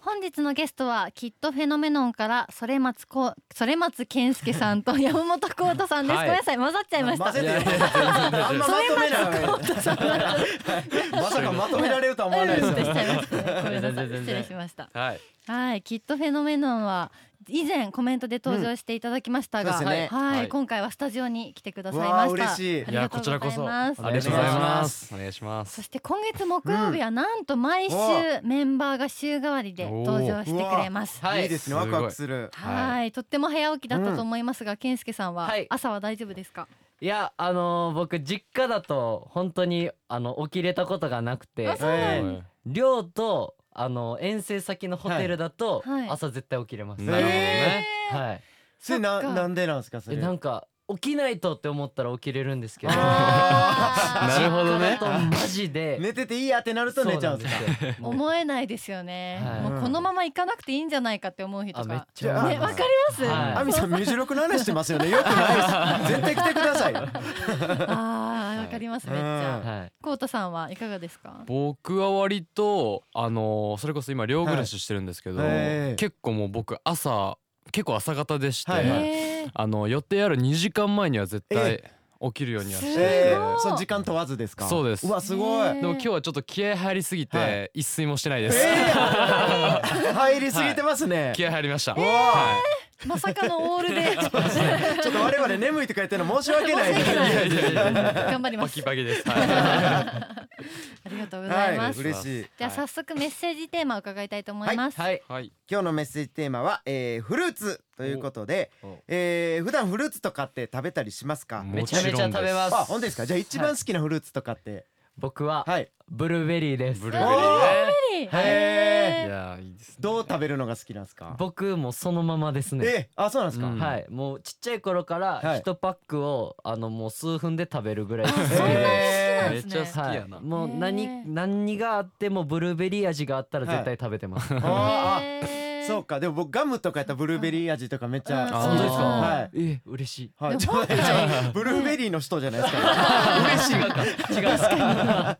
本日のゲストはきっとフェノメノンからそれ松こそれ松健介さんと 山本幸太さんです、はいごめんなさい混ざっちゃいました混ぜていよやいや全あんままとめないまさかまとめられるとは思わないですうよんとしねちゃいましたねごめんなさい全然全然失礼しましたはい。はいきっとフェノメノンは以前コメントで登場していただきましたが、うんそうはでい、すねはい今回はスタジオに来てくださいまわしあ嬉たしいありがとうございますいやこちらこそありりがとうごがとうござざいいまますす。お願いしまそす。して今月木曜日はなんと毎週うメンバーが週替わりで登場してくれます。はいいいですねすワごいクワクするはい、とっても早起きだったと思いますが、健介さんははい朝は大丈夫ですか？いやあのー僕実家だと本当にあの起きれたことがなくてあそうなんだえ寮とあの遠征先のホテルだとはいはい朝絶対起きれます、なるほどえね。ーはいそれなそっかなんでなんですかそえれなんか起きないとって思ったら起きれるんですけどあー なるほどね実家だとマ ジで寝てていいやってなると寝ちゃうんですかそうなんですよもう思えないですよね、はいもうこのまま行かなくていいんじゃないかって思う人あめっが。ちゃ思ね、いわまかすります。はいアミさんミュージロクの話してますよねよくないです絶対来てくださいよああ、わかります。めっちうんゃ。はいコウタさんはいかがですか？僕は割とあのそれこそ今寮暮らししてるんですけど、はいええ結構もう僕朝結構朝方でして、はいはいえーあの予定ある2時間前には絶対起きるようにはしてて、えすごーいその時間問わずですかそうですうわすごいねでも今日はちょっと気合入りすぎて、は一睡もしてないです、えー入りすぎてますね気合入りました、うわ はまさかのオールでちょっと我々眠いとか言ってるの申し訳ない申し訳ないい、いやいやいや頑張りまバすキ。バキです、はい、 ありがとうございはまいす。嬉しいじゃあ早速メッセージテーマを伺いたいと思います。はいはい、今日のメッセージテーマは、えーフルーツということでおお、えー普段フルーツとかって食べたりしますかめちゃめちゃ食べますあ本当ですかじゃあ一番好きなフルーツとかって僕ははいブルーベリーですブルーベリーねいはいいえやいいですねどう食べるのが好きなんですか僕もそのままですねえあそうなんですか、うんはい、もうちっちゃい頃かはらい一パックを、あのもう数分で食べるぐらい。ーそんなに好きなんですめっねち。ゃ好きはやい、なもうへ何ー何があってもブルーベリー味があったら絶対食べてます。あーあへーそうかでも僕ガムとかやったらブルーベリー味とかめっちゃうん好あき本当でですすかかはいえ嬉しい。はでい、ちもょっと本ブルーベリーの人じゃないです か嬉しい違う。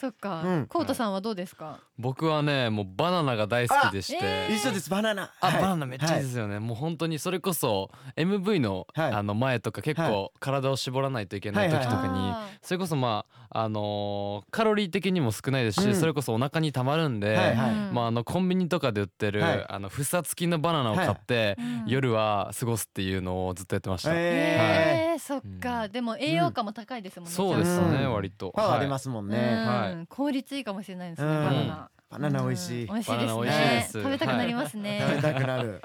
そっうかん。コウタさんはどうですか。僕はねもうバナナが大好きでして、あえー一緒ですバナナあ、はいバナナめっちゃいいですよね、もう本当にそれこそ MV の、はいあの前とか結構体を絞らないといけない時とかに、あーそれこそまああのーカロリー的にも少ないですし、うんそれこそお腹にたまるんで、はいはいうんまああのコンビニとかで売ってる、はいあの房付きのバナナを買って、うん夜は過ごすっていうのをずっとやってました、ええーそっか。でも栄養価も高いですもんね。そうですちゃんとね、うん割とー、パワーありはいますもんね、はいうん効率いいかもしれないですね。うんバナナ。バナナ美味しいうん美味しいバナナ美味しでいですすね。食べたくなりますね。食べたくなる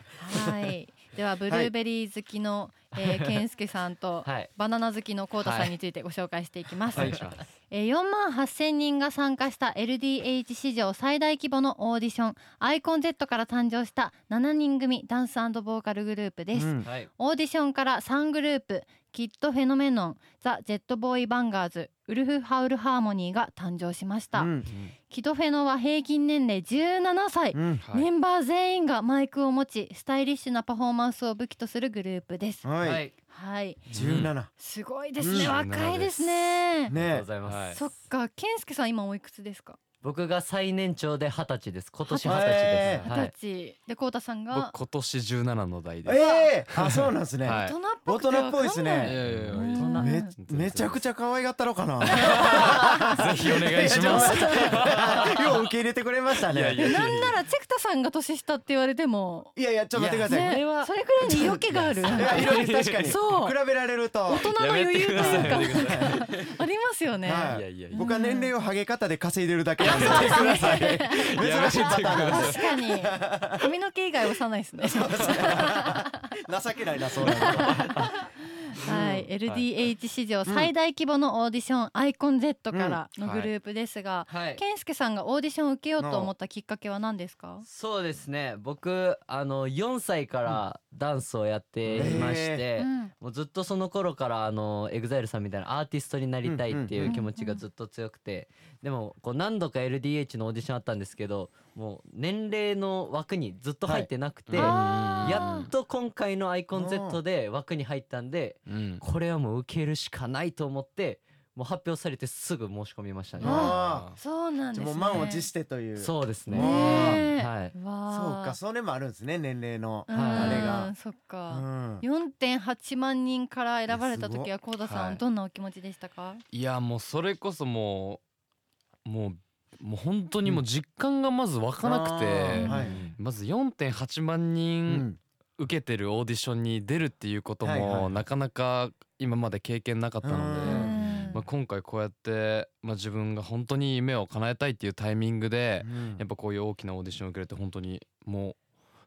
はい。ではブルーベリー好きの、えー、健介さんと、はいバナナ好きのコウタさんについてご紹介していきます。お願いしますえー、4万8000人が参加した LDH 史上最大規模のオーディションアイコン Z から誕生した7人組ダンスボーカルグループです、うんはい。オーディションから3グループキッドフェノメノンザ・ジェットボーイ・バンガーズウルフ・ハウル・ハーモニーが誕生しました、うんキッドフェノは平均年齢17歳、うんはいメンバー全員がマイクを持ちスタイリッシュなパフォーマンスを武器とするグループです、はい、はい。はい17ねすごいですね、うん若いですねありがとうえございます。はいそっか健介さん今おいくつですか僕が最年長で二十歳です。今年二二十十歳歳です。二は十い。歳でコウタさん僕が今年17の代です、えー、あそうなんですね、は大い人っぽ大くて人っぽいわでかすんないいやいやいねやうん大め人めちゃくちゃ可愛がったろかなぜ人ぜひお願いしますよう受け入れてくれましたねいやいやなんならチェクタさんが年下って言われてもいやちょっと待ってくださいねいそれくらいに色気があるやいろいろ確かに比そうべられると大人の余裕というかやめてくだ ありますよねはいやいやいや僕は年齢をハゲ方で稼いでるだけなんでやめてください珍しいパターンなん確でかに 髪の毛以外押さないですねす情けないなそうなはい、LDH 史上最大規模のオーディション、アイコン Z からのグループですが、はい。健介さんがオーディションを受けようと思ったきっかけは何ですかそうですね。僕あの四歳からダンスをやっていまして。うんもうずっとその頃からあのエグザイルさんみたいなアーティストになりたいってうんうんいうんう気持ちがずっと強くてでもこう何度か LDH のオーディションあったんですけどもう年齢の枠にずっと入ってなくて、あーやっと今回の「アイコン z で枠に入ったんでうんこれはもう受けるしかないと思ってもう発表されてすぐ申し込みましたね。あそうなんじでゃあすもうね。満を持してというそうそうですね。ねえはい。わあかそれもあるんですね年齢のうんあれがそっうか。ん4.8万人から選ばれた時は幸田さん、はいどんなお気持ちでしたかいやもうそれこそもうもうもう本当にもう実感がまず湧かなくうんて、あーはいうんまず4.8万う人ん受けてるオーディションに出るっていうことはいはいはもいなかなか今まで経験なかったのうで、んまあ、今回こうやって、まあ、自分が本当に夢を叶えたいっていうタイミングでうんやっぱこういう大きなオーディションを受けるって本当にもう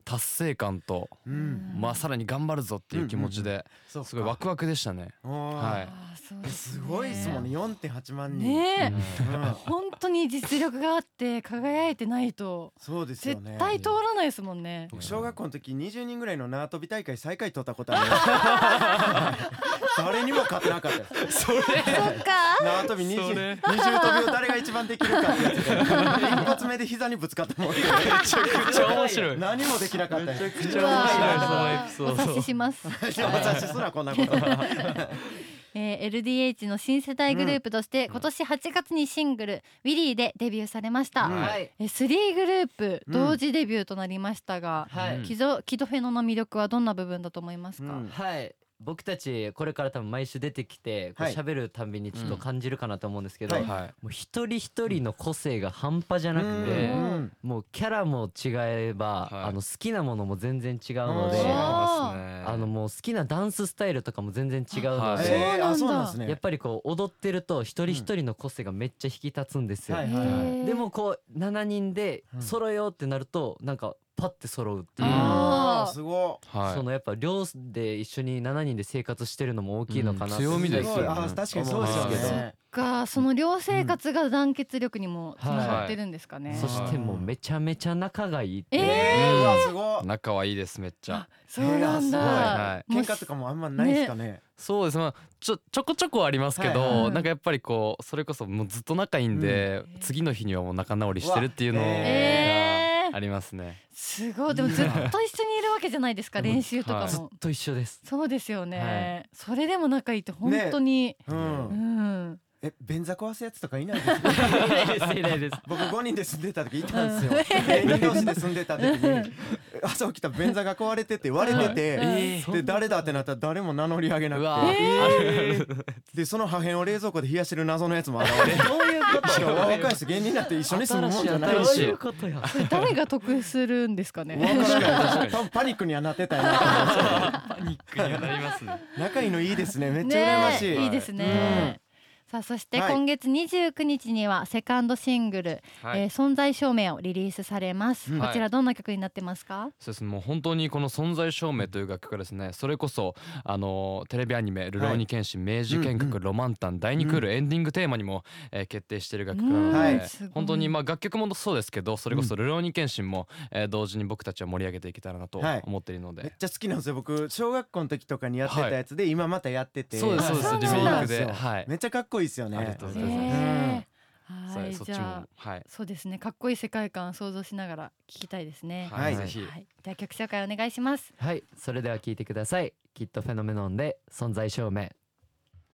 達成感と、うんまあ、さらに頑張るぞっていう気持ちでそうかすごいワクワクでしたね。ははいあーそうでねすごいですもんね4.8万人ねえ、うん本当に実力があって輝いてないとそうですよ絶ね対通らないですもんね。僕小学校の時20人ぐらいの縄跳び大会最下位取ったことあります。誰にも勝てなかったです。それそっか。縄跳び20それ20跳びを誰が一番できるかってやつで、一発目で膝にぶつかったもんで、めちゃくちゃ面白い。め何もできなかったです。ちゃ 面白いそのエおピソー察ドし。します。いや私すらこんなこと。えー LDH の新世代グループとして、今年8月にシングル「ウィリーでデビューされました、うんはい。えー、3グループうん同時デビューとなりましたが、はい。うんキゾキドフェノの魅力はどんな部分だと思いますか、うんはい僕たちこれから多分毎週出てきてこうはい喋るたんびにちょっと感じるかなと思うんですけど、はいはい。もう一人一人の個性が半端じゃなくうてん、もうキャラも違えば、はいあの好きなものも全然違うので、うそうですんねあのもう好きなダンススタイルとかも全然違うのはで、いえーあそそううななんだんですね。やっぱりこう踊ってると一人一人の個性がめっちゃ引き立つんですよ。はいへーでもこう7人でうん揃えようってなるとなんかパッて揃うっていう。ああーーすごはい。そのやっぱ寮で一緒に7人で生活してるのも大きいのかなって、うん強みい。ですよねごいあー確かにそうですよね。がその寮生活が団結力にもつながってるんですかね、そしてもうめちゃめちゃ仲がいいっていう、えうわすごい。仲はいいですめっちゃ。そうなんだ、えーはいも喧し嘩とかもあんまないですかね。そうですまあちょちょこちょこはありますけど、はいはいなんかやっぱりこうそれこそもうずっと仲いいんで、うん次の日にはもう仲直りしてるっていうのうわえーがありますね。すごいでもずっと一緒にいるわけじゃないですかでも練習とかはいずっも。と一緒ですそうですよね、はそれでも仲いいって本当に、う。うんんえ便座壊すやつとかいないですか。いないですいないです僕5人で住んでた時いたんですよ芸人同士で住んでた時に朝起きたら便座が壊れてて 割れてて、はいえーで誰だってなったら誰も名乗り上げなうくわて、ーでその破片を冷蔵庫で冷やしてる謎のやつも現れてどういうことしかも若い人芸人なんて一緒に住むもんじゃない新ししいどういうことやそれ誰が得するんですかわかねんない確かに多分パニックにはなってたよな パニックにはなりますね。仲いいのいいですねめっちねゃ羨ましい、えいいですね、さあそして今月29日にはセカンドシングル、はいえー存在証明をリリースされます、うんこちらどんな曲になってますか、そうですねもう本当にこの「存在証明」という楽曲がですねそれこそあのテレビアニメ「ルローニケンシン明治建うんう国ロマンタン第2クール」エンディングテーマにも、えー決定している楽曲うんなのはでいすごい本当にまあ楽曲もそうですけどそれこそ「ルローニケンシン」も、えー同時に僕たちは盛り上げていけたらなとはい思っているので、めっちゃ好きなんですよ僕小学校の時とかにやってたやつで今またやってて、そうですそうですあリメそうイなんクでではいめっちゃかっこいいですよねありがとうございますねえそはういそっじちゃあもはい、そうですねかっこいい世界観を想像しながら聞きたいですね、はいはぜいひ、はい、では曲紹介お願いしますはいそれでは聞いてくださいきっとフェノメノンで存在証明